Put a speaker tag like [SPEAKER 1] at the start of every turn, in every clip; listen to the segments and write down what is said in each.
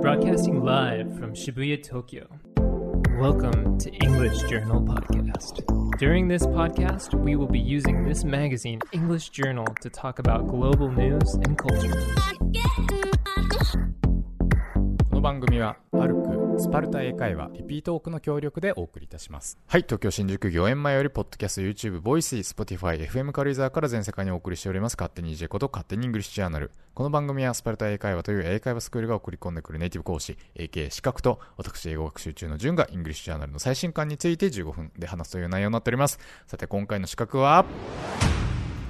[SPEAKER 1] Broadcasting live from Shibuya, Tokyo. Welcome to English Journal Podcast. During this podcast, we will be using this magazine, English Journal, to talk about global news and culture.
[SPEAKER 2] この番組はパルクスパルタ英会話リピートオークの協力でお送りいたしますはい東京新宿御苑前よりポッドキャスト YouTube ボイス Spotify FM 軽井沢から全世界にお送りしております勝手に EJ こと勝手にイングリッシュジャーナルこの番組はスパルタ英会話という英会話スクールが送り込んでくるネイティブ講師 AK 資格と私英語学習中の順がイングリッシュジャーナルの最新刊について15分で話すという内容になっておりますさて今回の資格は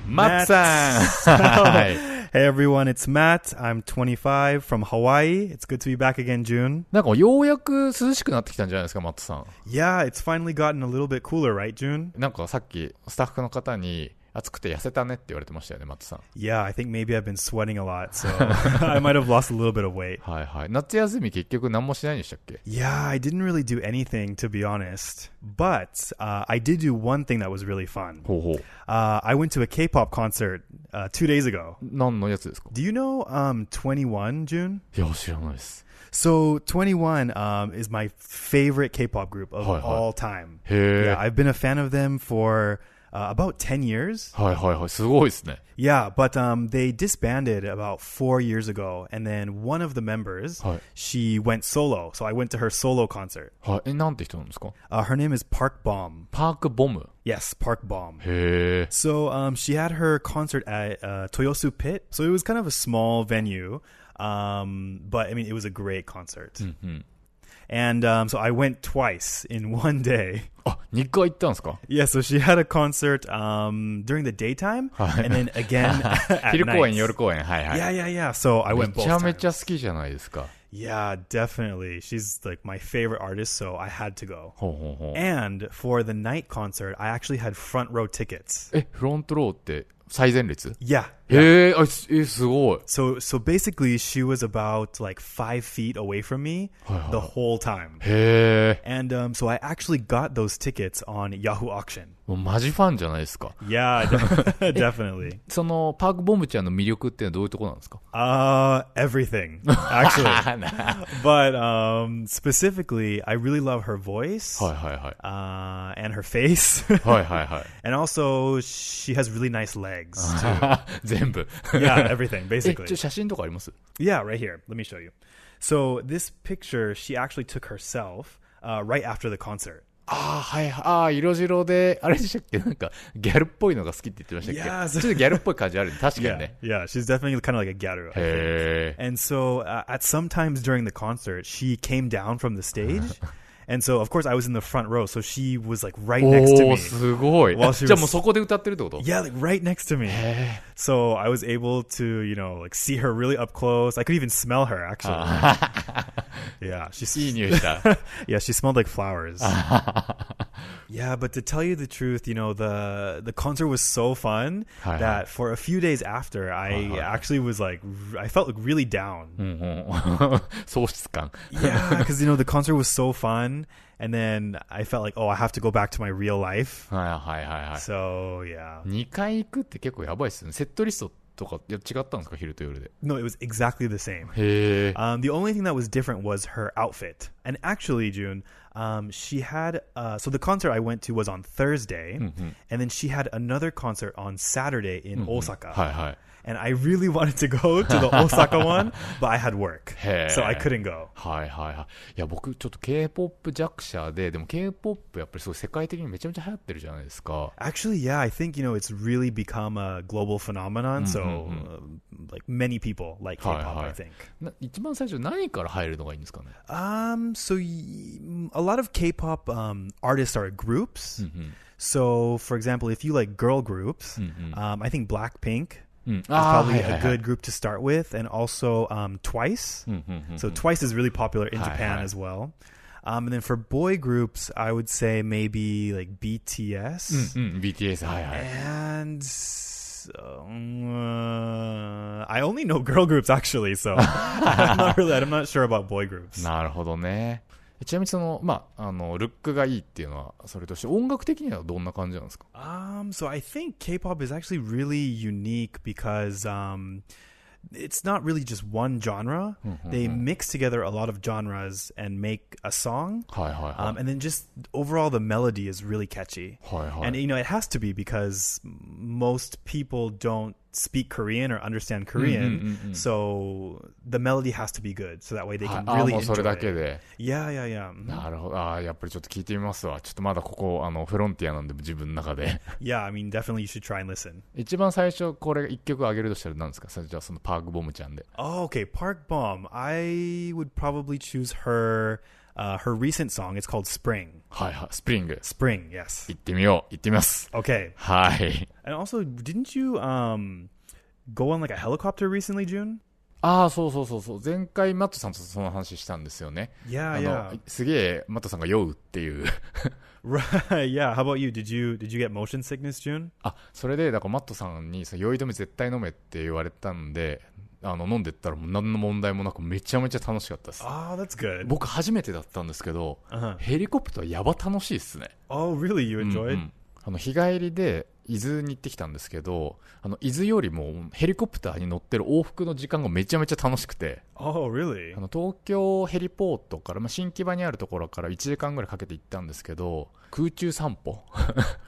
[SPEAKER 2] マッツさん はい。
[SPEAKER 3] Hey everyone, it's Matt. I'm 25 from Hawaii. It's good to be back again, June.
[SPEAKER 2] なんかようやく涼しくなってきたんじゃないですかマッツさん
[SPEAKER 3] Yeah, it's finally gotten a little bit cooler, right, June?
[SPEAKER 2] なんかさっきスタッフの方に暑くて痩せたねって言われてましたよね、マットさん。
[SPEAKER 3] Yeah, I think maybe I've been sweating a lot, so I might have lost a little bit of weight.
[SPEAKER 2] はいはい。夏休み結局何もしないんでしたっけ
[SPEAKER 3] Yeah, I didn't really do anything, to be honest. But uh, I did do one thing that was really fun.
[SPEAKER 2] ほうほう。
[SPEAKER 3] Uh, I went to a K pop concert uh, two days ago.
[SPEAKER 2] 何のやつですか
[SPEAKER 3] Do you know um, 21, June?
[SPEAKER 2] いや、知らないです。
[SPEAKER 3] So 21 um, is my favorite K-pop group of
[SPEAKER 2] Hi, hi.
[SPEAKER 3] all time.
[SPEAKER 2] Hey.
[SPEAKER 3] Yeah, I've been a fan of them for uh, about 10 years.
[SPEAKER 2] はいはいはい。すごいですね。
[SPEAKER 3] Yeah, but um, they disbanded about four years ago, and then one of the members
[SPEAKER 2] Hi.
[SPEAKER 3] she went solo. So I went to her solo concert.
[SPEAKER 2] はい。え、なんて人なんですか
[SPEAKER 3] Uh, her name is Park Bomb.
[SPEAKER 2] パークボム。
[SPEAKER 3] Yes, Park Bomb.
[SPEAKER 2] へえ。
[SPEAKER 3] So um, she had her concert at uh, Toyosu Pit. So it was kind of a small venue, um, but I mean, it was a great concert. And um, so I went twice in one day.
[SPEAKER 2] あ、2回行ったんですか
[SPEAKER 3] Yeah, so she had a concert um, during the daytime and then again at
[SPEAKER 2] 昼公演、
[SPEAKER 3] night.
[SPEAKER 2] 夜公演。はいはい。
[SPEAKER 3] Yeah, yeah, yeah. So I
[SPEAKER 2] め
[SPEAKER 3] went
[SPEAKER 2] ち
[SPEAKER 3] both
[SPEAKER 2] ゃめち
[SPEAKER 3] times.
[SPEAKER 2] ゃ好きじゃないですか。
[SPEAKER 3] Yeah, definitely. She's like my favorite artist, so I had to go.
[SPEAKER 2] ほうほうほう。
[SPEAKER 3] And for the night concert, I actually had front row tickets.
[SPEAKER 2] え、フロントローって最前列
[SPEAKER 3] Yeah,
[SPEAKER 2] へえ、あ、すえ、すごい。
[SPEAKER 3] So so basically, she was about like five feet away from me the whole time,
[SPEAKER 2] へえ。
[SPEAKER 3] and um, so I actually got those tickets on Yahoo Auction.
[SPEAKER 2] もうマジファンじゃないですか。
[SPEAKER 3] Yeah, de- definitely.
[SPEAKER 2] その、パークボムちゃんの魅力ってのはどういうところなんですか
[SPEAKER 3] Uh, everything actually, but um, specifically, I really love her voice,
[SPEAKER 2] はいはいはい。
[SPEAKER 3] uh, and her face,
[SPEAKER 2] はいはいはい。
[SPEAKER 3] and also she has really nice legs.
[SPEAKER 2] Uh.
[SPEAKER 3] too.
[SPEAKER 2] 全部。
[SPEAKER 3] yeah, everything
[SPEAKER 2] え、ちょ
[SPEAKER 3] basically.
[SPEAKER 2] 写真とかあります
[SPEAKER 3] Yeah, right here. Let me show you. So this picture she actually took herself uh, right after the concert.
[SPEAKER 2] ああ、はいはい。ああ、色白で、あれでしたっけなんか、ギャルっぽいのが好きって言ってましたっけ
[SPEAKER 3] いやーそ
[SPEAKER 2] ちょっとギャルっぽい感じあるね。確かに
[SPEAKER 3] Yeah,
[SPEAKER 2] ね。
[SPEAKER 3] yeah. She's definitely kind of like a garu. I think.
[SPEAKER 2] へえ。
[SPEAKER 3] And so uh, at sometimes during the concert, she came down from the stage, and so of course I was in the front row, so she was like right next to
[SPEAKER 2] お
[SPEAKER 3] me.
[SPEAKER 2] お、すごい。
[SPEAKER 3] Well,
[SPEAKER 2] あ
[SPEAKER 3] she
[SPEAKER 2] じゃあ
[SPEAKER 3] was-
[SPEAKER 2] もうそこで歌ってるってこと
[SPEAKER 3] Yeah, like right next to me. So I was able to, you know, like see her really up close. I could even smell her actually.
[SPEAKER 2] Uh.
[SPEAKER 3] yeah, she's
[SPEAKER 2] いい匂いした。
[SPEAKER 3] yeah, she smelled like flowers. yeah, but to tell you the truth, you know the the concert was so fun
[SPEAKER 2] Hi, hi.
[SPEAKER 3] that for a few days after, I actually was like, r- I felt like really
[SPEAKER 2] う
[SPEAKER 3] down.
[SPEAKER 2] ん うん喪失感。
[SPEAKER 3] yeah, because you know the concert was so fun, and then I felt like, oh, I have to go back to my real life.
[SPEAKER 2] はいはいはいはい。
[SPEAKER 3] So yeah,
[SPEAKER 2] 2回行くって結構やばいっすね。セットリストとか、いや違ったんですか昼と夜で。
[SPEAKER 3] no, it was exactly the same.
[SPEAKER 2] へえ。
[SPEAKER 3] Um, the only thing that was different was her outfit. And actually, June, um, she had uh, so the concert I went to was on Thursday,
[SPEAKER 2] Mm-hmm.
[SPEAKER 3] and then she had another concert on Saturday in Osaka.
[SPEAKER 2] はいはい。
[SPEAKER 3] And I really wanted to go to the Osaka one, but I had work,
[SPEAKER 2] Hey.
[SPEAKER 3] so I couldn't go.
[SPEAKER 2] はいはいはい。いや、僕、ちょっと K-POP 弱者で、でも K-POP やっぱりすごい世界的にめちゃめちゃ流行ってるじゃないですか。
[SPEAKER 3] Actually, yeah, I think you know it's really become a global phenomenon. So, uh, like many people like
[SPEAKER 2] Mm-hmm. Hi,
[SPEAKER 3] K-pop,
[SPEAKER 2] hi.
[SPEAKER 3] I think.
[SPEAKER 2] な一番最初何から入るのがいいんですかね
[SPEAKER 3] Um, so y- mm, a lot of K-pop um, artists are groups.
[SPEAKER 2] Mm-hmm.
[SPEAKER 3] So, for example, if you like girl groups, um, I think Blackpink is
[SPEAKER 2] Mm-hmm. Ah,
[SPEAKER 3] probably
[SPEAKER 2] yeah, yeah,
[SPEAKER 3] a good group to start with, and also um, Twice. So Twice is really popular in
[SPEAKER 2] Mm-hmm, Hi,
[SPEAKER 3] Japan
[SPEAKER 2] hi.
[SPEAKER 3] as well. Um, and then for boy groups, I would say maybe like BTS
[SPEAKER 2] うん、BTS、はいはい。
[SPEAKER 3] and. um, uh, I only know girl groups actually, so I'm not really. I'm not sure about boy groups.
[SPEAKER 2] なるほどね。ちなみにその、まあ、あの、ルックがいいっていうのは、それとして音楽的にはどんな感じなんですか
[SPEAKER 3] Um, so I think K-pop is actually really unique because um, it's not really just one genre. They mix together a lot of genres and make a song.
[SPEAKER 2] はいはいはい。
[SPEAKER 3] Um, and then just overall, the melody is really catchy.
[SPEAKER 2] はいはい。
[SPEAKER 3] And you know, it has to be because most people don't speak Korean or understand Korean. So the melody has to be good, so that way they
[SPEAKER 2] はい
[SPEAKER 3] can
[SPEAKER 2] あー
[SPEAKER 3] really
[SPEAKER 2] もう
[SPEAKER 3] enjoy
[SPEAKER 2] それだけ
[SPEAKER 3] it.
[SPEAKER 2] で。
[SPEAKER 3] Yeah, yeah, yeah. Mhm.
[SPEAKER 2] なるほど。ああ、やっぱりちょっと聞いてみますわ。ちょっとまだここ、あの、フロンティアなんで、自分の中で。
[SPEAKER 3] Yeah, I mean, definitely you should try and listen.
[SPEAKER 2] 一番最初、これ一曲上げるとしたら何ですかそれじゃあ、そのパークボムちゃんで。
[SPEAKER 3] Oh, okay, Park Bomb. I would probably choose her uh, her recent song. It's called Spring.
[SPEAKER 2] はいはい。スプリング。
[SPEAKER 3] Spring, yes.
[SPEAKER 2] 行ってみよう。行ってみます。
[SPEAKER 3] Okay.
[SPEAKER 2] はい。
[SPEAKER 3] And also, didn't you um go on like a helicopter recently, June?
[SPEAKER 2] ああ、そうそうそうそう。前回、マットさんとその話したんですよね。
[SPEAKER 3] Yeah,
[SPEAKER 2] あ
[SPEAKER 3] yeah.
[SPEAKER 2] の、すげえ、マットさんが酔うっていう。
[SPEAKER 3] Right. Yeah. How about you? Did you did you get motion sickness, June?
[SPEAKER 2] あ、それで、だからマットさんに、その酔い止め絶対飲めって言われたんで、あの、飲んでったらもう何の問題もなくめちゃめちゃ楽しかったです。
[SPEAKER 3] Oh, that's good.
[SPEAKER 2] 僕初めてだったんですけど、
[SPEAKER 3] Uh-huh.
[SPEAKER 2] ヘリコプターやば楽しいっすね。
[SPEAKER 3] Oh, really? You
[SPEAKER 2] うんう
[SPEAKER 3] enjoyed?
[SPEAKER 2] んあの日帰りで伊豆に行ってきたんですけどあの伊豆よりもヘリコプターに乗ってる往復の時間がめちゃめちゃ楽しくて
[SPEAKER 3] Oh, really?
[SPEAKER 2] あの東京ヘリポートから、まあ、新木場にあるところから1時間ぐらいかけて行ったんですけど空中散歩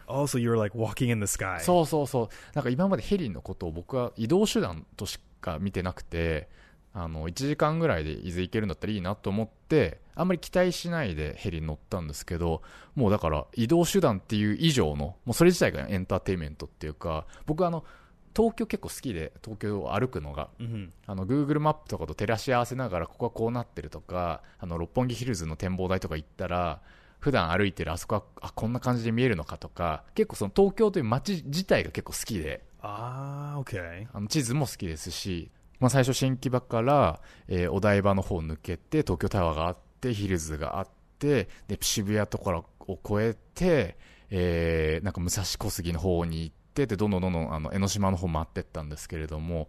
[SPEAKER 3] Oh, so you were like walking in the sky.
[SPEAKER 2] そうそうそうなんか今までヘリのことを僕は移動手段としか見てなくてあの1時間ぐらいで伊豆行けるんだったらいいなと思ってあんまり期待しないでヘリに乗ったんですけどもうだから移動手段っていう以上のもうそれ自体がエンターテインメントっていうか僕あの東京結構好きで東京を歩くのが
[SPEAKER 3] hmm
[SPEAKER 2] あの Google マップとかと照らし合わせながらここはこうなってるとかあの六本木ヒルズの展望台とか行ったら普段歩いてるあそこはあこんな感じで見えるのかとか結構その東京という街自体が結構好きで
[SPEAKER 3] Ah, okay.
[SPEAKER 2] あの地図も好きですし、まあ、最初新木場から、えーお台場の方抜けて東京タワーがあってヒルズがあってで渋谷とかを越えて、えーなんか武蔵小杉の方に行ってでどんどんどんどんあの江ノ島の方回ってったんですけれども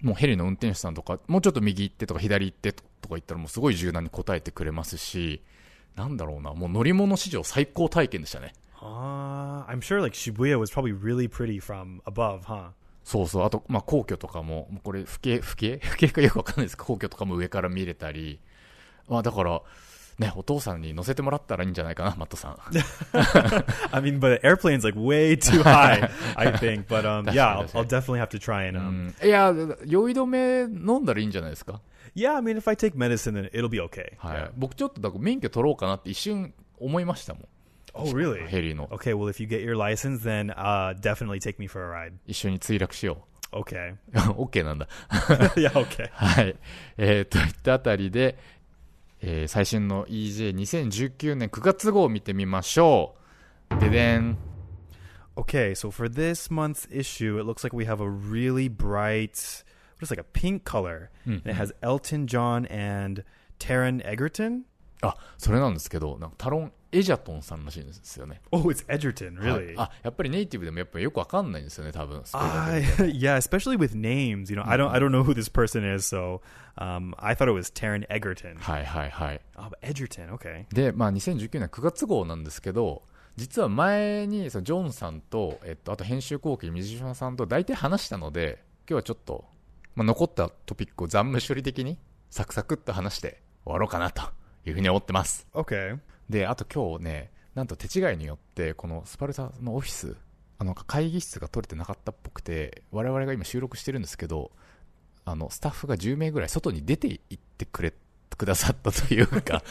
[SPEAKER 2] もうヘリの運転手さんとかもうちょっと右行ってとか左行ってとか言ったらもうすごい柔軟に答えてくれますしなんだろうなもう乗り物史上最高体験でしたね
[SPEAKER 3] Ah, I'm sure like Shibuya was probably really pretty from above, huh?
[SPEAKER 2] そうそう。あと、まあ、皇居とかも、もうこれ、不景、不景 不景かよくわかんないですけど、皇居とかも上から見れたり。まあ、だから、ね、お父さんに乗せてもらったらいいんじゃないかな、マットさん。
[SPEAKER 3] I mean, but airplane's like way too high, I think. But um,
[SPEAKER 2] That's
[SPEAKER 3] yeah,
[SPEAKER 2] right,
[SPEAKER 3] I'll,
[SPEAKER 2] that's
[SPEAKER 3] I'll
[SPEAKER 2] right.
[SPEAKER 3] definitely have to try and
[SPEAKER 2] う
[SPEAKER 3] um,
[SPEAKER 2] ん、いや、酔い止め飲んだらいいんじゃないですか。
[SPEAKER 3] yeah. I mean, if I take medicine, then it'll be okay.
[SPEAKER 2] はい。
[SPEAKER 3] Yeah.
[SPEAKER 2] 僕、ちょっと、だから免許取ろうかなって一瞬思いましたもん。
[SPEAKER 3] Oh, really?
[SPEAKER 2] ヘリの。
[SPEAKER 3] Okay. Well, if you get your license, then uh, definitely take me for a ride.
[SPEAKER 2] 一緒に墜落しよ
[SPEAKER 3] Okay.
[SPEAKER 2] う。OK なんだ。
[SPEAKER 3] yeah. Okay.
[SPEAKER 2] はい。えー、といったあたりで、えー最新の EJ2019 年9月号を見てみましょう。ででん。
[SPEAKER 3] Okay. So for this month's issue, it looks like we have a really bright, what is it, like a pink color, and it has Elton John and Taryn Egerton.
[SPEAKER 2] あそれなんですけどなんかタロン・エジャトンさんらしいんですよね
[SPEAKER 3] Oh, it's Edgerton, really.
[SPEAKER 2] はいあやっぱりネイティブでもやっぱりよくわかんないんですよね多分スペルだけ
[SPEAKER 3] I, yeah, especially with names. You know, I don't I don't know who this person is, so um, I thought it was Taryn Egerton.
[SPEAKER 2] はいはいはい
[SPEAKER 3] Oh, but Edgerton, okay.
[SPEAKER 2] で、まあ、2019年9月号なんですけど実は前にそのジョンさんと、えっと、あと編集後期水島さんと大体話したので今日はちょっと、まあ、残ったトピックを残務処理的にサクサクっと話して終わろうかなというふうに思ってます
[SPEAKER 3] Okay.
[SPEAKER 2] であと今日ねなんと手違いによってこのスパルタのオフィスあの会議室が取れてなかったっぽくて我々が今収録してるんですけどあのスタッフが10名ぐらい外に出て行ってくれくださったというか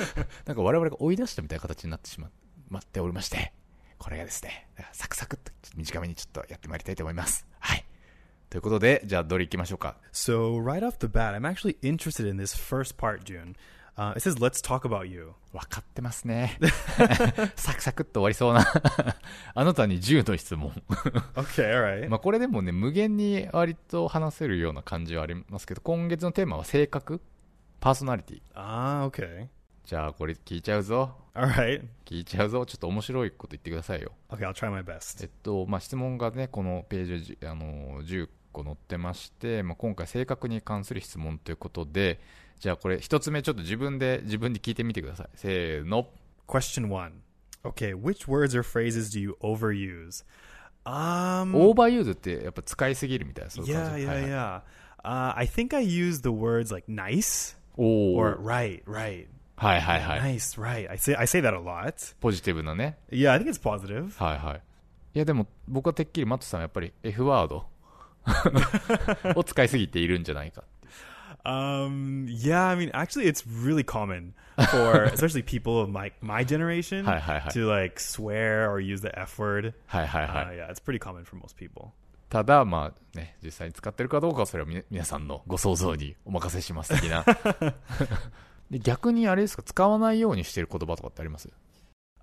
[SPEAKER 2] なんか我々が追い出したみたいな形になってしままっておりましてこれがですねだからサクサクっとちょっと短めにちょっとやってまいりたいと思いますはいということでじゃあどれ行きましょうか
[SPEAKER 3] So right off the bat, I'm actually interested in this first part, June. Uh, it says, "Let's talk about you."
[SPEAKER 2] 分かってますねサクサクっと終わりそうなあなたに10の質問
[SPEAKER 3] Okay, all right.
[SPEAKER 2] まあこれでもね無限に割と話せるような感じはありますけど今月のテーマは性格パーソナリティ
[SPEAKER 3] Ah, okay.
[SPEAKER 2] じゃあこれ聞いちゃうぞ
[SPEAKER 3] All right.
[SPEAKER 2] 聞いちゃうぞちょっと面白いこと言ってくださいよ
[SPEAKER 3] Okay, I'll try my
[SPEAKER 2] え
[SPEAKER 3] best.
[SPEAKER 2] っとまあ質問がねこのページじあの10個載ってまして、まあ、今回性格に関する質問ということでじゃあこれ一つ目ちょっと自分で自分で聞いてみてくださいせーの
[SPEAKER 3] Question one. Okay, which words or phrases do you overuse? Um.
[SPEAKER 2] オーバーユーズってやっぱ使いすぎるみたいなそういう感
[SPEAKER 3] yeah,
[SPEAKER 2] じ
[SPEAKER 3] yeah,
[SPEAKER 2] はいはい
[SPEAKER 3] yeah. Uh, I think I used the words like nice
[SPEAKER 2] おお
[SPEAKER 3] or right, right,
[SPEAKER 2] はいはいはい
[SPEAKER 3] nice, right. I say I say that a lot.
[SPEAKER 2] ポジティブなね
[SPEAKER 3] Yeah, I think it's positive.
[SPEAKER 2] はいはいいやでも僕はてっきりマットさんはやっぱり F ワード を使いすぎているんじゃないか
[SPEAKER 3] Um, yeah, I mean, actually, it's really common for especially people of my my generation
[SPEAKER 2] Hi, hi, hi.
[SPEAKER 3] to like swear or use the f word.
[SPEAKER 2] はいはいはい、
[SPEAKER 3] Uh, yeah, it's pretty common for most people.
[SPEAKER 2] ただまあね実際に使ってるかどうかはそれはみ皆さんのご想像にお任せします 的なで逆にあれですか使わないようにしてる言葉とかってあります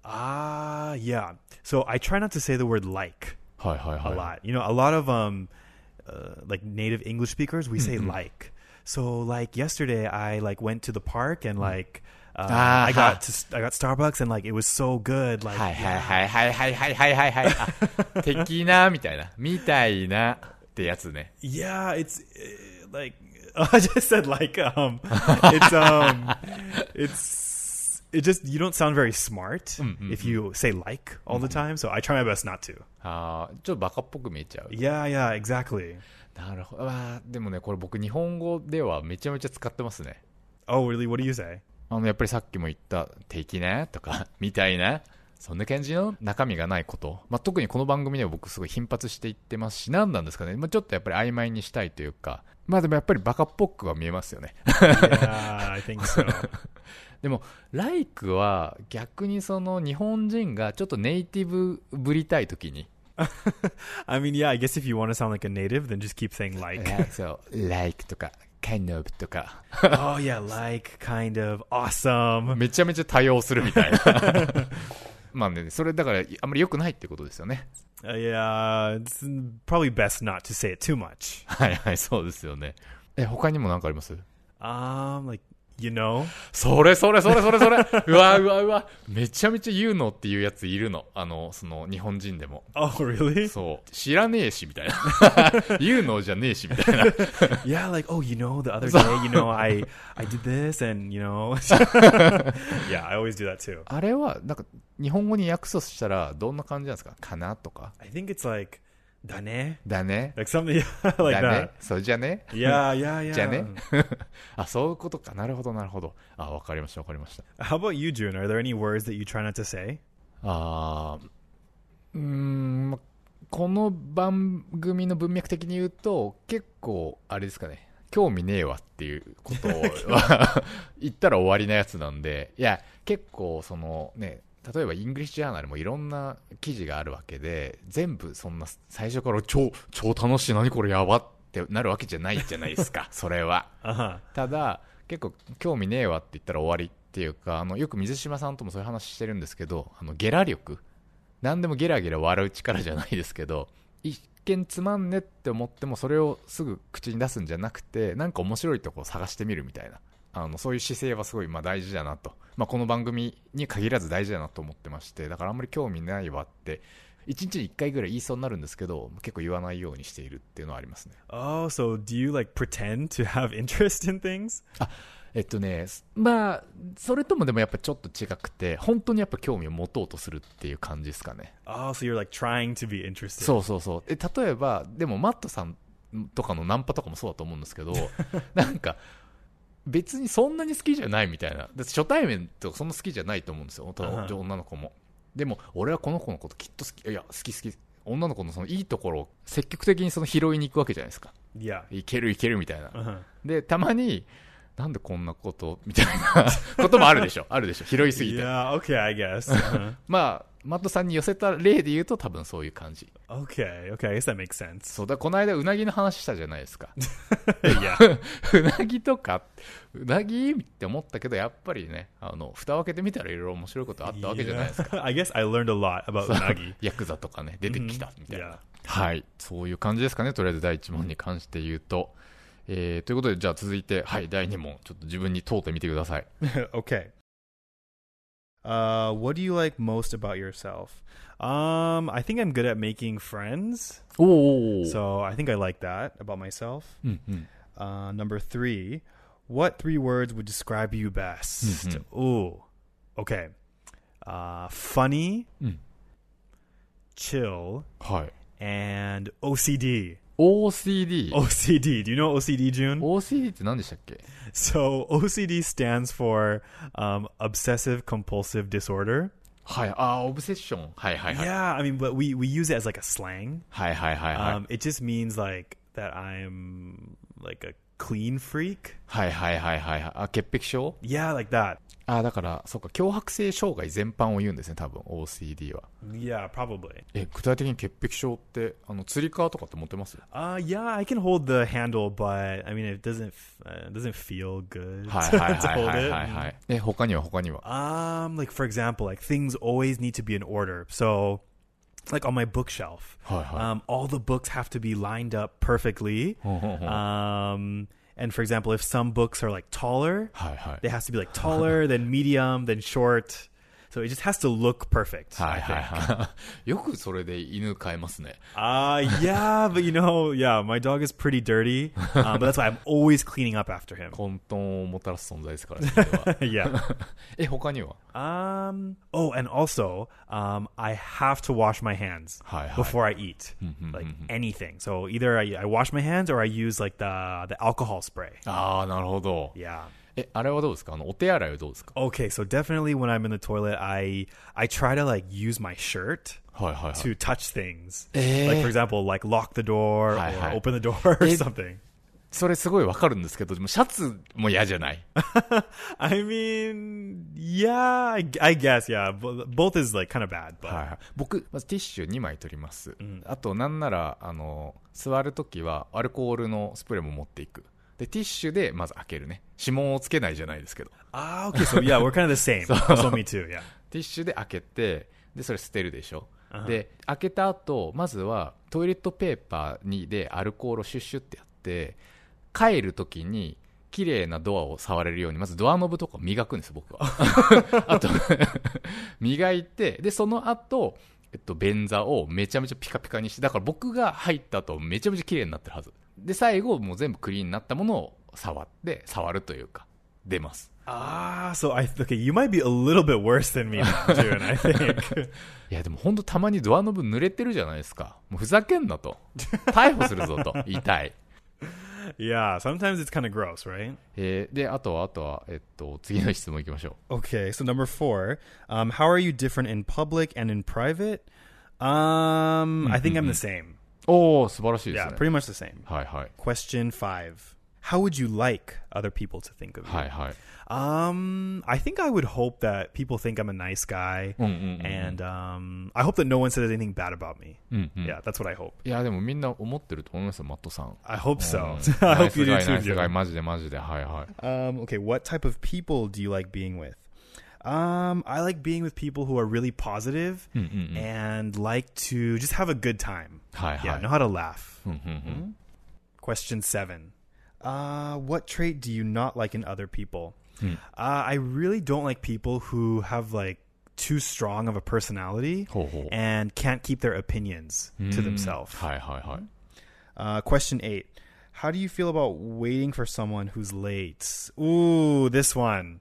[SPEAKER 3] Ah, yeah. So I try not to say the word like
[SPEAKER 2] はいはいは
[SPEAKER 3] a lot. You know, a lot of um, uh, like native English speakers, we
[SPEAKER 2] Mm-hmm.
[SPEAKER 3] say like. So like yesterday, I like went to the park and like uh,
[SPEAKER 2] Mm. Ah,
[SPEAKER 3] I
[SPEAKER 2] ha.
[SPEAKER 3] got to, s- I got Starbucks and like it was so good. Like
[SPEAKER 2] はい
[SPEAKER 3] yeah.
[SPEAKER 2] はいはいはいはいはいはいはいはい。的な、みたいな。みたいなってやつね。
[SPEAKER 3] Yeah, it's uh, like I just said like um it's um it's it just you don't sound very smart if you say like all the time, so I try my best not to.
[SPEAKER 2] ああ、ちょっとバカっぽく見えちゃう。
[SPEAKER 3] Yeah, yeah, exactly.
[SPEAKER 2] なるほど。わあ、でもね、これ僕日本語ではめちゃめちゃ使ってますね。
[SPEAKER 3] Oh, really? What do you say?
[SPEAKER 2] あの、やっぱりさっきも言った、的なとか、 みたいな。そんな感じの中身がないこと。まあ、特にこの番組では僕すごい頻発していってますし、何なんですかね。まあ、ちょっとやっぱり曖昧にしたいというか。まあでもやっぱりバカっぽくは見えますよね。
[SPEAKER 3] Yeah, I think so.
[SPEAKER 2] でも、ライクは逆にその日本人がちょっとネイティブぶりたいときに、
[SPEAKER 3] I mean, yeah, I guess if you want to sound like a native, then just keep saying like.
[SPEAKER 2] そう、like とか、kind of とか、
[SPEAKER 3] oh yeah, like kind of awesome.
[SPEAKER 2] めちゃめちゃ多用するみたいな。まあね、それだからあんまり良くないってことですよね。
[SPEAKER 3] Uh, yeah, it's probably best not to say it too much.
[SPEAKER 2] はいはい、そうですよね。え、他にも何かあります
[SPEAKER 3] Um, like you know.
[SPEAKER 2] それそれそれそれ それうわうわうわめちゃめちゃ言うのっていうやついるの。あの、その日本人でも。
[SPEAKER 3] Oh really?
[SPEAKER 2] そう。知らねえし、みたいな。 言うのじゃねえし、みたいな。
[SPEAKER 3] Yeah, like oh, you know, the other day, you know, I I did this, and you know, yeah, I always do that too.
[SPEAKER 2] あれは、なんか、日本語に訳すとしたら、どんな感じなんですかかなとか。
[SPEAKER 3] I think it's like dane,
[SPEAKER 2] だね。
[SPEAKER 3] like something like
[SPEAKER 2] だ
[SPEAKER 3] that.
[SPEAKER 2] ね。 そうじゃね
[SPEAKER 3] Yeah, yeah, yeah.
[SPEAKER 2] じゃねあ、そういうことか。なるほど、なるほど。あ、わかりました、わかりました。
[SPEAKER 3] How about you, June? Are there any words that you try not to say?
[SPEAKER 2] あーうーん、まこの番組の文脈的に言うと、結構、あれですかね。興味ねえわっていうことを言ったら終わりなやつなんで、いや、結構そのね、例えばイングリッシュジャーナルもいろんな記事があるわけで、全部そんな最初から超、超楽しい、何これやばってなるわけじゃないじゃないですか、それは。
[SPEAKER 3] Uh huh.
[SPEAKER 2] ただ結構興味ねえわって言ったら終わりっていうかあのよく水島さんともそういう話してるんですけどあのゲラ力何でもゲラゲラ笑う力じゃないですけど一見つまんねって思ってもそれをすぐ口に出すんじゃなくてなんか面白いとこを探してみるみたいなあのそういう姿勢はすごいまあ大事だなと、まあ、この番組に限らず大事だなと思ってましてだからあんまり興味ないわって1日に1回ぐらい言いそうになるんですけど結構言わないようにしているっていうのはありますね
[SPEAKER 3] Oh, so do you like pretend to have interest in things?
[SPEAKER 2] えっとね、すまあ、それともでもやっぱちょっと違くて、本当にやっぱ興味を持とうとするっていう感じですかね。
[SPEAKER 3] Oh, so you're like trying to be interested.
[SPEAKER 2] そうそうそう。え、例えば、でもマットさんとかのナンパとかもそうだと思うんですけど、なんか、別にそんなに好きじゃないみたいな。だって初対面とかそんな好きじゃないと思うんですよ。女
[SPEAKER 3] うんうん
[SPEAKER 2] 女の子も。でも、俺はこの子のこときっと好き、いや、好き好き。女の子のそのいいところを積極的にその拾いに行くわけじゃないですか。
[SPEAKER 3] yeah.
[SPEAKER 2] いけるいけるみたいな。
[SPEAKER 3] Uh huh.
[SPEAKER 2] で、たまに、なんでこんなことみたいな こともあるでしょ。あるでしょ。拾いすぎて。
[SPEAKER 3] Yeah. Okay, I guess. Uh-huh.
[SPEAKER 2] まあ、マットさんに寄せた例で言うと多分そういう感じ。
[SPEAKER 3] okay. Okay. I guess that makes sense.
[SPEAKER 2] そうだ、この間うなぎの話したじゃないです か。
[SPEAKER 3] yeah.
[SPEAKER 2] うなぎとか、うなぎって思ったけど、やっぱりね、あの、蓋を開けてみたらいろいろ面白いことあったわけじゃないですか。
[SPEAKER 3] Yeah. I guess I learned a lot about unagi.
[SPEAKER 2] ヤクザとかね、出てきたみたいな。
[SPEAKER 3] Yeah.
[SPEAKER 2] はい。そういう感じですかね。とりあえず第1問に関して言うと。えー、ということで、じゃあ続いて、はい、第2問。ちょっと自分に問うてみてください。
[SPEAKER 3] okay. Uh, what do you like most about yourself? Um, I think I'm good at making friends,
[SPEAKER 2] おお。
[SPEAKER 3] so I think I like that about myself.
[SPEAKER 2] うんうん。
[SPEAKER 3] Uh, number three, what three words would describe you best? Ooh, okay. Uh, funny,
[SPEAKER 2] Mm.
[SPEAKER 3] chill,
[SPEAKER 2] はい。
[SPEAKER 3] and OCD.
[SPEAKER 2] OCD。
[SPEAKER 3] OCD. Do you know OCD, June?
[SPEAKER 2] OCD って何でしたっけ
[SPEAKER 3] So OCD stands for um, obsessive compulsive disorder.
[SPEAKER 2] はい。あ、オブセッション。はいはいはい。
[SPEAKER 3] Yeah, I mean, but we we use it as like a slang.
[SPEAKER 2] はいはいはいはい。
[SPEAKER 3] Um, it just means like that I'm like a clean freak.
[SPEAKER 2] はいはいはいはいはい。あ、潔癖症
[SPEAKER 3] Yeah, like that.
[SPEAKER 2] あ、だから、そうか、脅迫性障害全般を言うんですね、多分、OCD は。
[SPEAKER 3] Yeah, probably.
[SPEAKER 2] え、具体的に潔癖症って、あの、釣り革とかって持ってます
[SPEAKER 3] Uh, yeah, I can hold the handle, but I mean, it doesn't f- uh, it doesn't feel good
[SPEAKER 2] はい
[SPEAKER 3] to
[SPEAKER 2] はいはい
[SPEAKER 3] hold
[SPEAKER 2] はい はい
[SPEAKER 3] it.
[SPEAKER 2] はい。え、他には他には。
[SPEAKER 3] Um, like for example, like things always need to be in order. So, like on my bookshelf,
[SPEAKER 2] はいは
[SPEAKER 3] um, all the books have to be lined up perfectly.
[SPEAKER 2] い。ほんほんほんは
[SPEAKER 3] Um, and for example, if some books are like taller,
[SPEAKER 2] いはい
[SPEAKER 3] it。has to be like taller, then medium, then short. So it just has to look perfect.
[SPEAKER 2] はい
[SPEAKER 3] I
[SPEAKER 2] はい
[SPEAKER 3] think.
[SPEAKER 2] はい。 よくそれで犬飼えますね。
[SPEAKER 3] Uh, yeah, but you know, yeah, my dog is pretty dirty, um, but that's why I'm always cleaning up after him.
[SPEAKER 2] 混沌をもたらす存在ですからね。それ は
[SPEAKER 3] yeah.
[SPEAKER 2] え、他には
[SPEAKER 3] Um. Oh, and also, um, I have to wash my hands
[SPEAKER 2] Hi, Hmm, hi.
[SPEAKER 3] before I eat, like anything. So either I, I wash my hands or I use like the the alcohol spray.
[SPEAKER 2] ああ、なるほど。
[SPEAKER 3] Yeah.
[SPEAKER 2] え、あれはどうですかあの、お手洗いはどうですか
[SPEAKER 3] Okay. So definitely, when I'm in the toilet, I I try to like use my shirt
[SPEAKER 2] はいはいはい。
[SPEAKER 3] to touch things.
[SPEAKER 2] Eh.
[SPEAKER 3] Like for example, like lock the door
[SPEAKER 2] Hi,
[SPEAKER 3] or
[SPEAKER 2] hi.
[SPEAKER 3] open the door or
[SPEAKER 2] Eh.
[SPEAKER 3] something.
[SPEAKER 2] それすごいわかるんですけど、でもシャツも嫌じゃない
[SPEAKER 3] I mean, yeah, I, g- I guess yeah. Bo- Both is like kind of bad, but
[SPEAKER 2] はいはい、僕、まずティッシュ2枚取ります、あとなんならあの座るときはアルコールのスプレーも持っていくでティッシュでまず開けるね指紋をつけないじゃないですけど
[SPEAKER 3] ah, okay. So yeah, we're kind of the same. so me too. Yeah.
[SPEAKER 2] ティッシュで開けてでそれ捨てるでしょで開けた後まずはトイレットペーパーにでアルコールをシュッシュってやって帰るときに綺麗なドアを触れるようにまずドアノブとか磨くんです僕はあと 磨いてでその後えっと便座をめちゃめちゃピカピカにしてだから僕が入った後めちゃめちゃ綺麗になってるはずで最後もう全部クリーンになったものを触って触るというか出ます
[SPEAKER 3] Ah, so I okay. You might be a little bit worse than me, June. I
[SPEAKER 2] い
[SPEAKER 3] think.
[SPEAKER 2] やでも本当たまにドアノブ濡れてるじゃないですかもうふざけんなと逮捕するぞと言いたい、
[SPEAKER 3] yeah, sometimes it's kind of gross, right?
[SPEAKER 2] えーであとはあとは、えっと、次の質問いきましょ
[SPEAKER 3] Okay, so number four, um, how are you different in public and in private? Um, I think I'm the same.
[SPEAKER 2] うおお素晴らしいです
[SPEAKER 3] Yeah,
[SPEAKER 2] ね、
[SPEAKER 3] pretty much the same.
[SPEAKER 2] はいはい
[SPEAKER 3] Question five: How would you like other people to think of you?
[SPEAKER 2] はいはい
[SPEAKER 3] Um, I think I would hope that people think I'm a nice guy, and um, I hope that no one says anything bad about me. Yeah, that's what I hope.
[SPEAKER 2] いやでもみんな思ってると思いますよマットさん
[SPEAKER 3] I hope so.
[SPEAKER 2] うん
[SPEAKER 3] I
[SPEAKER 2] ナイ
[SPEAKER 3] hope
[SPEAKER 2] ス
[SPEAKER 3] you
[SPEAKER 2] ガ
[SPEAKER 3] do
[SPEAKER 2] イナ
[SPEAKER 3] too.
[SPEAKER 2] イス
[SPEAKER 3] June.
[SPEAKER 2] ガイマジでマジではいはい
[SPEAKER 3] Um, okay, what type of people do you like being with? Um, I like being with people who are really positive
[SPEAKER 2] Hmm,
[SPEAKER 3] and like to just have a good time.
[SPEAKER 2] Hi, hi.
[SPEAKER 3] yeah,
[SPEAKER 2] Hmm,
[SPEAKER 3] know how to laugh. Mhm. Question seven. Uh, what trait do you not like in other people?
[SPEAKER 2] Hmm.
[SPEAKER 3] Uh, I really don't like people who have like too strong of a personality
[SPEAKER 2] Ho, ho. Hmm.
[SPEAKER 3] and can't keep their opinions to themselves.
[SPEAKER 2] はいはいはい
[SPEAKER 3] Uh, question eight. How do you feel about waiting for someone who's late? Ooh, this one.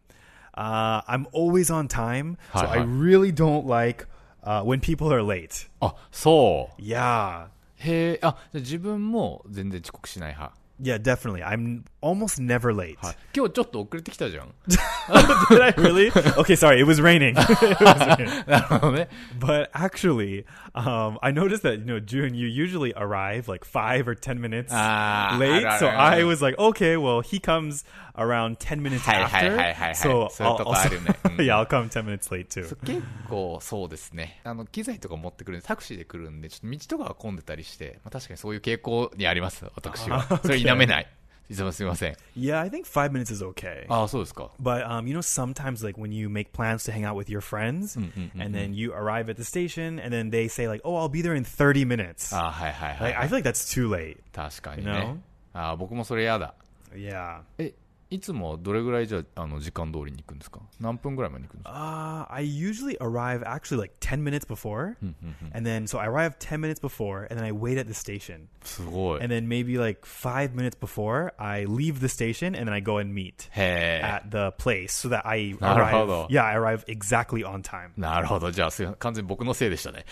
[SPEAKER 3] Uh, I'm always on time, so
[SPEAKER 2] Hi,
[SPEAKER 3] I
[SPEAKER 2] hi.
[SPEAKER 3] really don't like uh, when people are late.
[SPEAKER 2] あそう
[SPEAKER 3] Yeah.
[SPEAKER 2] へえあじゃあ自分も全然遅刻しない派
[SPEAKER 3] Yeah, definitely. I'm almost never late.
[SPEAKER 2] はい、今日ちょっと遅れてきたじゃん
[SPEAKER 3] Did I really? Okay, sorry. It was raining. It was raining.
[SPEAKER 2] なるほどね
[SPEAKER 3] But actually, um, I noticed that, you know, June, you usually arrive like five or 10 minutes
[SPEAKER 2] Ah,
[SPEAKER 3] late.
[SPEAKER 2] right,
[SPEAKER 3] so
[SPEAKER 2] right, right.
[SPEAKER 3] I was like, okay, well, he comes around 10 minutes
[SPEAKER 2] はいはい
[SPEAKER 3] after.
[SPEAKER 2] はいはいはいそうい
[SPEAKER 3] So
[SPEAKER 2] う
[SPEAKER 3] I'll,
[SPEAKER 2] とこ
[SPEAKER 3] also-
[SPEAKER 2] あるよね、うん
[SPEAKER 3] yeah, I'll come 10 minutes late too.
[SPEAKER 2] 結構そうですねあの機材とか持ってくるんでタクシーで来るんでちょっと道とかが混んでたりして、まあ、確かにそういう傾向にあります私はそれ否めないいつもすみません
[SPEAKER 3] Yeah, I think five minutes is okay.
[SPEAKER 2] ああそうですか
[SPEAKER 3] But um, you know, sometimes like when you make plans to hang out with your friends, and then you arrive at the station, and then they say like, "Oh, I'll be there in thirty minutes."
[SPEAKER 2] ああはいはいはい、
[SPEAKER 3] like, I feel like that's too late.
[SPEAKER 2] 確かに
[SPEAKER 3] No
[SPEAKER 2] ねああ僕もそれ嫌だ
[SPEAKER 3] Yeah.
[SPEAKER 2] えいつもどれぐらいじゃああの時間通りに行くんですか何分ぐらいまでに行くんですか
[SPEAKER 3] Uh, I usually arrive actually like ten minutes before,
[SPEAKER 2] Hmm,
[SPEAKER 3] and then so I arrive ten minutes before, and then I wait at the station,
[SPEAKER 2] すごい
[SPEAKER 3] and
[SPEAKER 2] へ
[SPEAKER 3] then maybe like five minutes before I leave the station, and then I go and meet.
[SPEAKER 2] え
[SPEAKER 3] at the place so that I
[SPEAKER 2] Not a
[SPEAKER 3] arrive.
[SPEAKER 2] problem.
[SPEAKER 3] Yeah, I arrive exactly on time.
[SPEAKER 2] なるほどじゃあすいません完全に僕のせいでしたね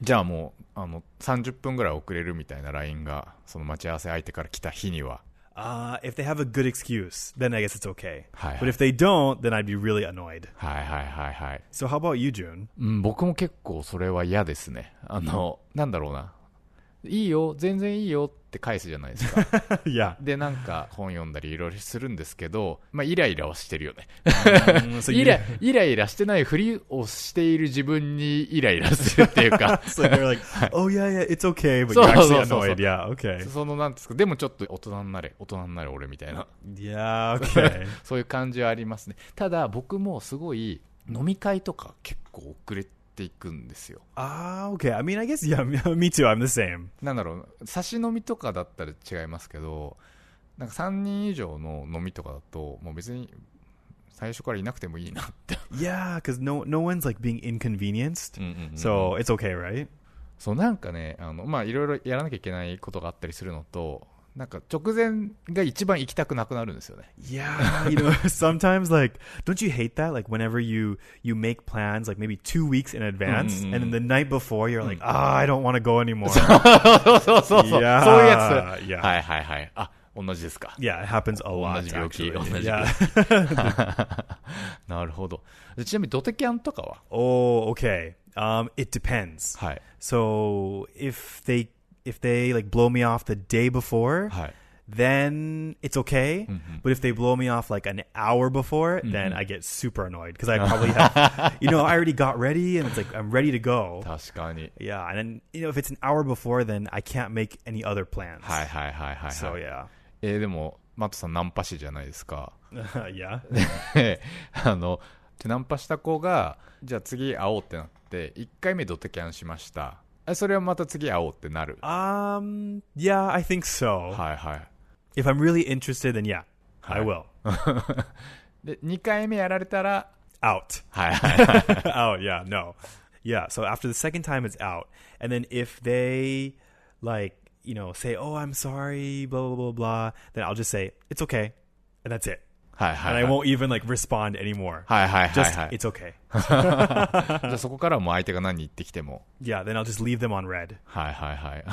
[SPEAKER 2] じゃあもうあの30分ぐらい遅れるみたいな LINE がその待ち合わせ相手から来た日には
[SPEAKER 3] Uh, if they have a good excuse, then I guess it's okay.
[SPEAKER 2] Hi, hi.
[SPEAKER 3] But if they don't, then I'd be really annoyed.
[SPEAKER 2] はいはいはいはい、
[SPEAKER 3] So how about you, June?
[SPEAKER 2] うん、僕も結構それは嫌ですねあのなんだろうないいよ全然いいよって返すじゃないですか
[SPEAKER 3] yeah.
[SPEAKER 2] でなんか本読んだりいろいろするんですけどまあイライラはしてるよね
[SPEAKER 3] Mm, so
[SPEAKER 2] イ
[SPEAKER 3] you,
[SPEAKER 2] ライライラしてないふりをしている自分にイライラするっていう か
[SPEAKER 3] so you're like, oh yeah, yeah, it's okay, but
[SPEAKER 2] So-
[SPEAKER 3] you're
[SPEAKER 2] so- so-
[SPEAKER 3] actually
[SPEAKER 2] so-
[SPEAKER 3] annoyed. Yeah. Okay.
[SPEAKER 2] そのなんですかでもちょっと大人になれ大人になれ俺みたいな
[SPEAKER 3] Yeah. Okay.
[SPEAKER 2] そういう感じはありますねただ僕もすごい飲み会とか結構遅れていくんですよ
[SPEAKER 3] Ah. okay. I mean, I guess yeah. Me me too. I'm the same.
[SPEAKER 2] なんだろう差し飲みとかだったら違いますけどなんか3人以上の飲みとかだともう別に最初からいなくてもいいなって
[SPEAKER 3] Yeah, because no no one's like being inconvenienced.
[SPEAKER 2] そう
[SPEAKER 3] So it's okay, right?
[SPEAKER 2] そうなんかねあのまあいろいろやらなきゃいけないことがあったりするのとなんか直前が一番行きたくなくなるんですよね
[SPEAKER 3] Yeah, you know, sometimes like don't you hate that? Like whenever you you make plans like maybe 2 weeks in advance
[SPEAKER 2] Mm, mm,
[SPEAKER 3] and then the night before you're like, "Ah, I don't want to go anymore."
[SPEAKER 2] そう そうそうそうそういうや
[SPEAKER 3] Yeah,
[SPEAKER 2] つ
[SPEAKER 3] yeah.
[SPEAKER 2] はいはいはいあ同じ ですか
[SPEAKER 3] yeah, it happens a lot.
[SPEAKER 2] 同じ病気、
[SPEAKER 3] actually.
[SPEAKER 2] 同じ病気。
[SPEAKER 3] yeah.
[SPEAKER 2] なるほどちなみにドテキャンとかは
[SPEAKER 3] oh, okay. Um it depends.
[SPEAKER 2] はい
[SPEAKER 3] So, if they if they like blow me off the day before,
[SPEAKER 2] はい
[SPEAKER 3] then it's okay. But if they blow me off like an hour before, then I get super annoyed because I probably have, you know, I already got ready and it's like I'm ready to go.
[SPEAKER 2] 確かに
[SPEAKER 3] Yeah, and then you know if it's an hour before, then I can't make any other plans.
[SPEAKER 2] はいはいはいはい、はい
[SPEAKER 3] So yeah,
[SPEAKER 2] えーでもマットさんナンパ師じゃないですか
[SPEAKER 3] yeah.
[SPEAKER 2] で あのでナンパした子がじゃあ次会おうってなって1回目ドテキャンしましたあそれはまた次会おうってなる
[SPEAKER 3] Um, yeah, I think so.
[SPEAKER 2] はいはい
[SPEAKER 3] If I'm really interested, then yeah, I
[SPEAKER 2] Hi.
[SPEAKER 3] will.
[SPEAKER 2] で2回目やられたら
[SPEAKER 3] Out.
[SPEAKER 2] はいはいはい
[SPEAKER 3] out. Oh, Yeah. No. Yeah. So after the second time, it's out. And then if they like, you know, say, "Oh, I'm sorry," blah blah blah blah, then I'll just say, "It's okay," and that's it.
[SPEAKER 2] はいはい
[SPEAKER 3] And
[SPEAKER 2] はい
[SPEAKER 3] I won't even like respond anymore.
[SPEAKER 2] はいはいはい
[SPEAKER 3] Just
[SPEAKER 2] はい
[SPEAKER 3] it's okay.
[SPEAKER 2] じゃあそこからはもう相手が何言ってきても
[SPEAKER 3] Yeah. Then I'll just leave them on red.
[SPEAKER 2] はいはいはい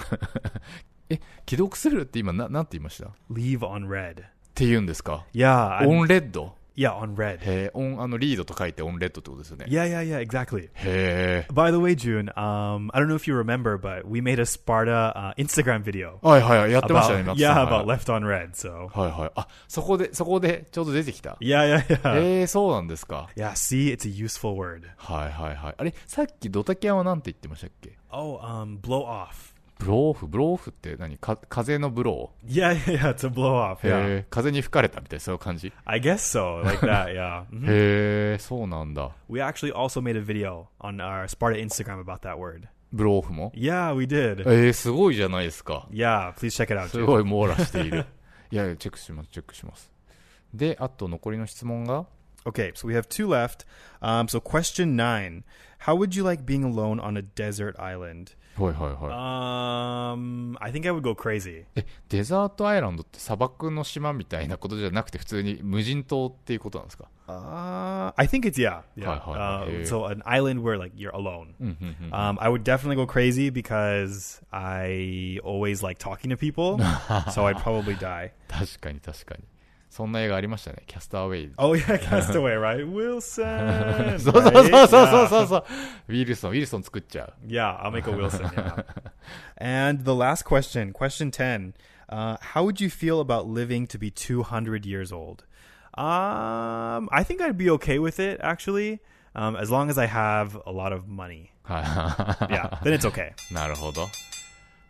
[SPEAKER 2] え既読するって今ななんて言いましたっ
[SPEAKER 3] Leave on red.
[SPEAKER 2] て言うんですか
[SPEAKER 3] Yeah. I'm-
[SPEAKER 2] オンレッド
[SPEAKER 3] yeah. On red.
[SPEAKER 2] へえオンあのリードと書いてオンレッドってことですよね
[SPEAKER 3] Yeah. Yeah. Yeah. Exactly.
[SPEAKER 2] へえ
[SPEAKER 3] By the way, June, um, I don't know if you remember, but we made a Sparta uh, Instagram video
[SPEAKER 2] はいはいはいやってましたね
[SPEAKER 3] about
[SPEAKER 2] 松さ
[SPEAKER 3] yeah
[SPEAKER 2] んはい
[SPEAKER 3] about left on red. So
[SPEAKER 2] はいはい。あ、そこで、そこでちょうど出てきた。
[SPEAKER 3] yeah, yeah, yeah.
[SPEAKER 2] えー、そうなんですか。
[SPEAKER 3] Yeah, see, it's a useful word.
[SPEAKER 2] はいはいはい。あれ、さっきドタキャンはなんて言ってましたっけ
[SPEAKER 3] Oh, um, blow off.
[SPEAKER 2] ブローオフ、ブローオフって何か風のブロ
[SPEAKER 3] Yeah, yeah, yeah, to blow
[SPEAKER 2] ー
[SPEAKER 3] off. Yeah,
[SPEAKER 2] へー風に吹かれたみたいな、そういう感じ。
[SPEAKER 3] I guess so, like that. Yeah, Mhm.
[SPEAKER 2] へーそうなんだ。
[SPEAKER 3] we actually also made a video on our Sparta Instagram about that word.
[SPEAKER 2] ブローオフも
[SPEAKER 3] Yeah, we did.
[SPEAKER 2] えー、すごいじゃないですか。
[SPEAKER 3] Yeah, please check it out.
[SPEAKER 2] す
[SPEAKER 3] dude.
[SPEAKER 2] ごい網羅している。いやいや、チェックします、チェックします。で、あと残りの質問が
[SPEAKER 3] Okay, so we have two left. Um, so question nine: How would you like being alone on a desert island?
[SPEAKER 2] はいはいはい。
[SPEAKER 3] Um, I think I would go crazy.
[SPEAKER 2] え、デザートアイランドって砂漠の島みたいなことじゃなくて普通に無人島っていうことなんですか
[SPEAKER 3] Uh, I think it's yeah, yeah.
[SPEAKER 2] Hi, hi,
[SPEAKER 3] Uh,
[SPEAKER 2] hi.
[SPEAKER 3] so an island where like you're alone.
[SPEAKER 2] うんうんうん。
[SPEAKER 3] Um, I would definitely go crazy because I always like talking to people, so I'd probably die.
[SPEAKER 2] 確かに確かにそんな映画ありましたねキャスターウェイ
[SPEAKER 3] Oh yeah, Castaway, right? Wilson.
[SPEAKER 2] そうそうそうそう
[SPEAKER 3] right?
[SPEAKER 2] そう
[SPEAKER 3] Yeah.
[SPEAKER 2] そうそうウィルソンウィルソン作っちゃう
[SPEAKER 3] Yeah, I'll make a Wilson. Yeah. and the last question, question ten: uh, How would you feel about living to be two hundred years old? Um, I think I'd be okay with it actually, um, as long as I have a lot of money.
[SPEAKER 2] は
[SPEAKER 3] Yeah, then it's okay.
[SPEAKER 2] い なるほど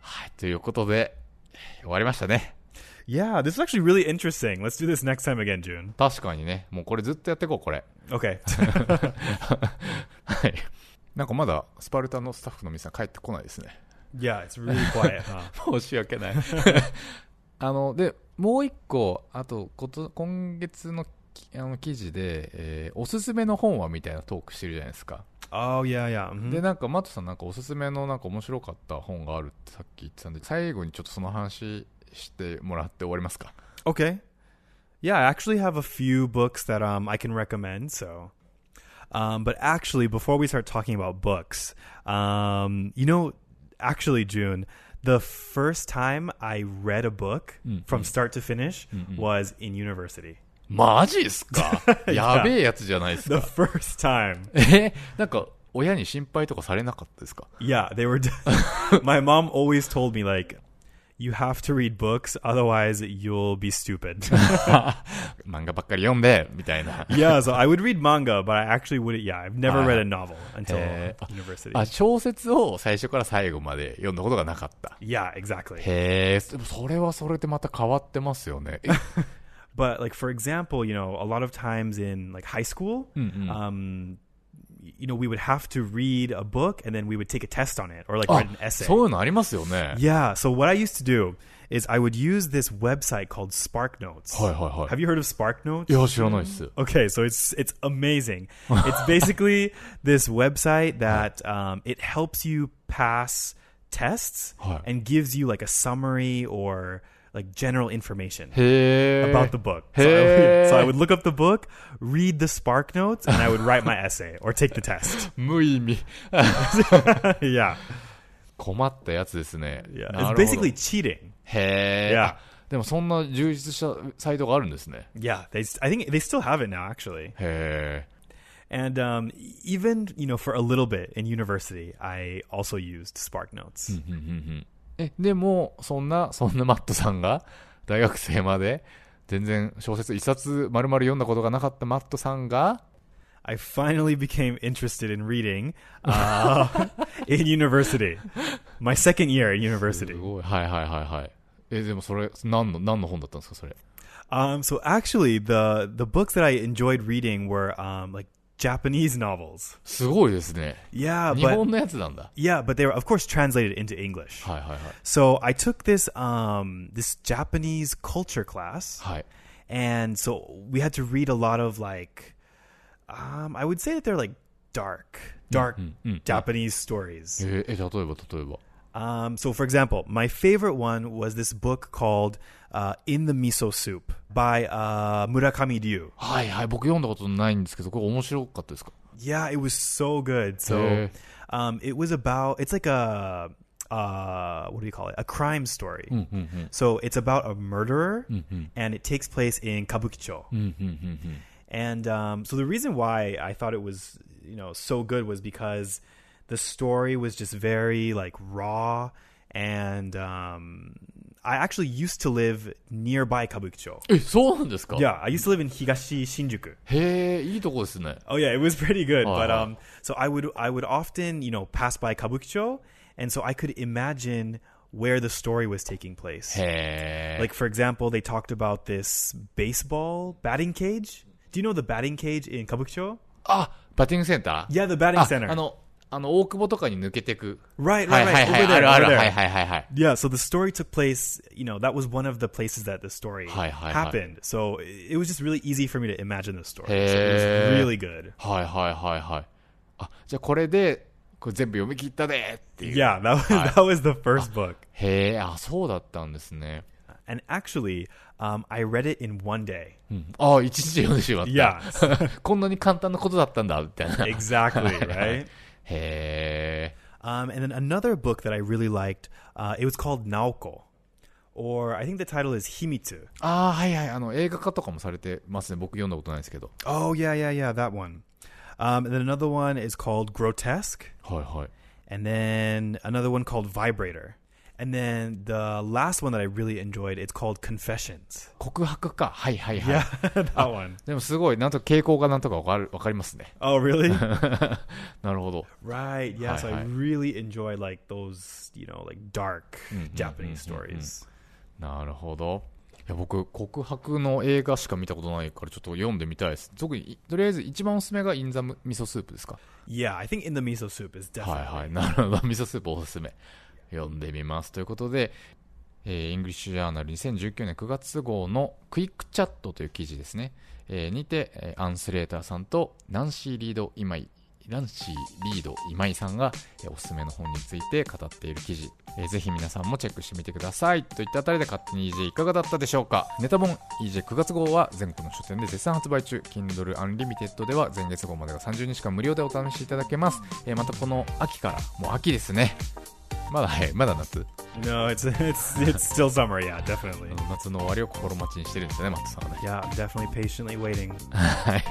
[SPEAKER 2] はいということで終わりましたね
[SPEAKER 3] Yeah, this is actually really interesting. Let's do this next time again, June.
[SPEAKER 2] 確かにねもうこれずっとやっていこうこ れ
[SPEAKER 3] Okay.
[SPEAKER 2] はいなんかまだスパルタのスタッフの皆さん帰ってこないですね
[SPEAKER 3] Yeah, it's really quiet, huh?
[SPEAKER 2] 申し訳 ないあのでもう一個あとこと今月のきあの記事で、えーおすすめの本はみたいなトークしてるじゃないですか
[SPEAKER 3] Oh yeah, yeah.
[SPEAKER 2] でなんかマットさんなんかおすすめのなんか面白かった本があるってさっき言ってたんで最後にちょっとその話してもらって終わりますか
[SPEAKER 3] Okay. Yeah, I actually have a few books that um I can recommend. So, um, but actually, before we start talking about books, um, you know, actually June. The first time I read a book from start to finish was in university.
[SPEAKER 2] マジっすか やべえやつじゃないですか
[SPEAKER 3] The。first time.
[SPEAKER 2] えなんか、親に心配とかされなかったですか
[SPEAKER 3] Yeah, they were. my mom always told me like, you have to read books, otherwise you'll be stupid.
[SPEAKER 2] 漫画ばっかり読んで、みたいな。
[SPEAKER 3] yeah, so I would read manga, but I actually wouldn't. Yeah, I've never
[SPEAKER 2] Ah.
[SPEAKER 3] read a novel until
[SPEAKER 2] Eh, ah.
[SPEAKER 3] university.
[SPEAKER 2] あ、小説を最初から最後まで読んだことがなかった。
[SPEAKER 3] yeah, exactly.
[SPEAKER 2] へえ、でもそれはそれでまた変わってますよ ね。え
[SPEAKER 3] But like for example, you know, a lot of times in like high school, um, you know, we would have to read a book and then we would take a test on it or like
[SPEAKER 2] あ
[SPEAKER 3] write an essay.
[SPEAKER 2] そういうのありますよね。
[SPEAKER 3] yeah. So what I used to do is I would use this website called Spark Notes.
[SPEAKER 2] はいはいはい
[SPEAKER 3] Have you heard of Spark Notes?
[SPEAKER 2] いや、知らないっす。
[SPEAKER 3] Okay, so it's it's amazing. It's basically this website that um, it helps you pass tests
[SPEAKER 2] Huh.
[SPEAKER 3] and gives you like a summary or like general information
[SPEAKER 2] へえ。
[SPEAKER 3] about the book. So I,
[SPEAKER 2] Hey.
[SPEAKER 3] would, so I would look up the book, read the spark notes, and I would write my essay or take the test.
[SPEAKER 2] 無意味。
[SPEAKER 3] yeah,
[SPEAKER 2] 困ったやつですね。
[SPEAKER 3] yeah.
[SPEAKER 2] なるほ
[SPEAKER 3] It's
[SPEAKER 2] ど
[SPEAKER 3] basically cheating.
[SPEAKER 2] へえ。
[SPEAKER 3] Yeah.
[SPEAKER 2] あでもそんな充実したサイトがあるんですね。
[SPEAKER 3] Yeah, they. s- I think they still have it now, actually.
[SPEAKER 2] へえ。
[SPEAKER 3] And um, even you know, for a little bit in university, I also used spark
[SPEAKER 2] Hmm.
[SPEAKER 3] notes.
[SPEAKER 2] え、でも、そんな、そんなマットさんが、 大学生まで、全然小説一冊丸々読んだことがなかったマットさんが、
[SPEAKER 3] I finally became interested in reading uh, in university. My second year at
[SPEAKER 2] す
[SPEAKER 3] university.
[SPEAKER 2] ごい。はいはいはいはい。え、でもそれ、何の、何の本だったんですか、それ。
[SPEAKER 3] Um, so actually, the the books that I enjoyed reading were um, like Japanese novels.
[SPEAKER 2] すごいですね。
[SPEAKER 3] Yeah,
[SPEAKER 2] 日
[SPEAKER 3] but
[SPEAKER 2] 本のやつなんだ。
[SPEAKER 3] yeah, but they were of course translated into English.
[SPEAKER 2] はいはいはい。
[SPEAKER 3] So I took this um, this Japanese culture class,
[SPEAKER 2] はい。
[SPEAKER 3] and so we had to read a lot of like, um, I would say that they're like dark, dark Japanese stories.
[SPEAKER 2] えーえ、例えば例えば。
[SPEAKER 3] Um, so, for example, my favorite one was this book called uh, "In the Miso Soup" by uh, Murakami Ryu.
[SPEAKER 2] はいはい。僕読んだことないんですけど、これ面白かったですか
[SPEAKER 3] Yeah, it was so good. So,
[SPEAKER 2] Yeah.
[SPEAKER 3] um, it was about it's like a uh, what do you call it? A crime story. So it's about a murderer, and it takes place in Kabukicho. And um, so the reason why I thought it was you know so good was because the story was just very like raw, and um, I actually used to live nearby Kabukicho.
[SPEAKER 2] え、そうなんですか
[SPEAKER 3] Yeah, I used to live in Higashi Shinjuku.
[SPEAKER 2] へえ、いいとこですね。
[SPEAKER 3] Oh yeah, it was pretty good. But
[SPEAKER 2] Aw.
[SPEAKER 3] um, so I would I would often you know pass by Kabukicho, and so I could imagine where the story was taking place.
[SPEAKER 2] へえ。
[SPEAKER 3] Like for example, they talked about this baseball batting cage. Do you know the batting cage in Kabukicho?
[SPEAKER 2] あ、バッティングセンター
[SPEAKER 3] Yeah, the batting
[SPEAKER 2] あ
[SPEAKER 3] center.
[SPEAKER 2] あの、あの、大久保とかに抜けてく。
[SPEAKER 3] Right,
[SPEAKER 2] は
[SPEAKER 3] right,
[SPEAKER 2] いはい
[SPEAKER 3] right.
[SPEAKER 2] はい。
[SPEAKER 3] Over
[SPEAKER 2] あ
[SPEAKER 3] there,
[SPEAKER 2] るあ
[SPEAKER 3] over
[SPEAKER 2] る。はい
[SPEAKER 3] there.
[SPEAKER 2] はいはいはい。
[SPEAKER 3] Yeah, so the story took place, you know, that was one of the places that the story
[SPEAKER 2] Hi, hi, hi.
[SPEAKER 3] happened. So it it was just really easy for me to imagine the story. So it was
[SPEAKER 2] Hey.
[SPEAKER 3] really good.
[SPEAKER 2] はいはいはいはい。あ、じゃあこれで、これ全部読み切ったでっていう。
[SPEAKER 3] Yeah, that was that was the first
[SPEAKER 2] Ah.
[SPEAKER 3] book.
[SPEAKER 2] へえ、あ、そうだったんですね。
[SPEAKER 3] And actually, um, I read it in one day.
[SPEAKER 2] あ、一日読んでしまった。
[SPEAKER 3] Yeah.
[SPEAKER 2] こんなに簡単なことだったんだ、みたい な。へ
[SPEAKER 3] exactly, right?
[SPEAKER 2] え。
[SPEAKER 3] Um, and then another book that I really liked, uh, it was called Naoko. Or I think the title is Himitsu.
[SPEAKER 2] ああ、はいはい。あの、映画化とかもされてますね。僕読んだことないですけど。
[SPEAKER 3] Oh, yeah, yeah, yeah, that one. Um, and then another one is called Grotesque.
[SPEAKER 2] はいはい。
[SPEAKER 3] And then another one called Vibrator. And then the last one that I really enjoyed, it's called Confessions. Oh,
[SPEAKER 2] 告白か。はいはいはい。
[SPEAKER 3] that one.
[SPEAKER 2] でもすごい、なんと傾向がなんとかわかる、わかりますね。
[SPEAKER 3] Oh, really?
[SPEAKER 2] なるほど。
[SPEAKER 3] right, yeah. so
[SPEAKER 2] Hi,
[SPEAKER 3] I
[SPEAKER 2] hi.
[SPEAKER 3] really enjoy like those, you know, like dark Japanese stories.
[SPEAKER 2] なるほど。いや僕、告白の映画しか見たことないから、ちょっと読んでみたいです。特に、とりあえず一番おすすめがインザム味噌スープですか
[SPEAKER 3] Yeah, I think in the miso soup is
[SPEAKER 2] は
[SPEAKER 3] definitely
[SPEAKER 2] いはい。なるほど。味噌スープおすすめ。読んでみます。ということで、えー、イングリッシュジャーナル2019年9月号のクイックチャットという記事ですね。えーにて、えーアンスレーターさんとナンシー・リード・今井、ナンシー・リード・今井さんが、えーおすすめの本について語っている記事、えーぜひ皆さんもチェックしてみてください。といったあたりで勝手に EJ いかがだったでしょうかネタ本 EJ9 月号は全国の書店で絶賛発売中、Kindle Unlimited では前月号までが30日間無料でお試しいただけます。えーまたこの秋から、もう秋ですね。まだはいまだ夏、うん
[SPEAKER 3] No, it's it's it's still summer. Yeah, definitely.
[SPEAKER 2] 夏の終わりを心待ちにしてるんですよねマットさんはね
[SPEAKER 3] Yeah, definitely patiently waiting.
[SPEAKER 2] はい、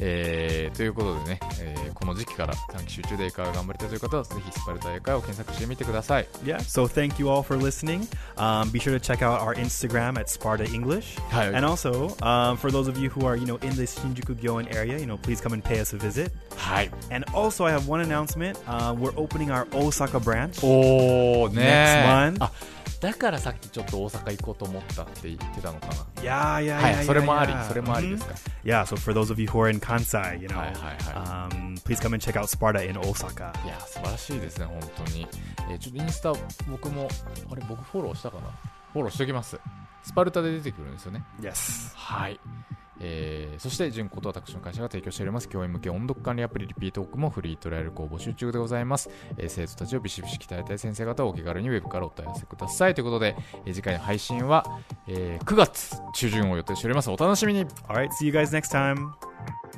[SPEAKER 2] えーということでね、えーこの時期から短期集中で英会話を頑張りたいという方はぜひスパルタ英会話を検索してみてください
[SPEAKER 3] Yeah. So thank you all for listening. Um, be sure to check out our Instagram at Sparta English.
[SPEAKER 2] Hi.
[SPEAKER 3] And also, um, for those of you who are you know in this Shinjuku Gyoen area, you know please come and pay us a visit.
[SPEAKER 2] はい。
[SPEAKER 3] And also, I have one announcement. Uh, we're opening our Osaka
[SPEAKER 2] Oh.
[SPEAKER 3] branch.
[SPEAKER 2] おーね
[SPEAKER 3] Next one.
[SPEAKER 2] あだからさっきちょっと大阪行こうと思ったって言ってたのかな
[SPEAKER 3] Yeah, yeah, yeah.
[SPEAKER 2] はい、
[SPEAKER 3] yeah,
[SPEAKER 2] それもあり
[SPEAKER 3] yeah.
[SPEAKER 2] それもあり
[SPEAKER 3] Mhm.
[SPEAKER 2] ですか、
[SPEAKER 3] Yeah. So for those of you who are in Kansai, you know,
[SPEAKER 2] Hi, hi, hi.
[SPEAKER 3] Um, please come and check out Sparta in Osaka.
[SPEAKER 2] いや素晴らしいですね本当に、えーちょっとインスタ僕もあれ僕フォローしたかなフォローしておきますスパルタで出てくるんですよね
[SPEAKER 3] Yes.
[SPEAKER 2] はい。えーそして、純子と私の会社が提供しております、教員向け音読管理アプリ、リピートークもフリートライアル公募集中でございます。えー生徒たちをビシビシ鍛えたい先生方はお気軽にウェブからお問い合わせください。ということで、えー次回の配信は、えー9月中旬を予定しております。お楽しみに
[SPEAKER 3] All right. See you guys next time.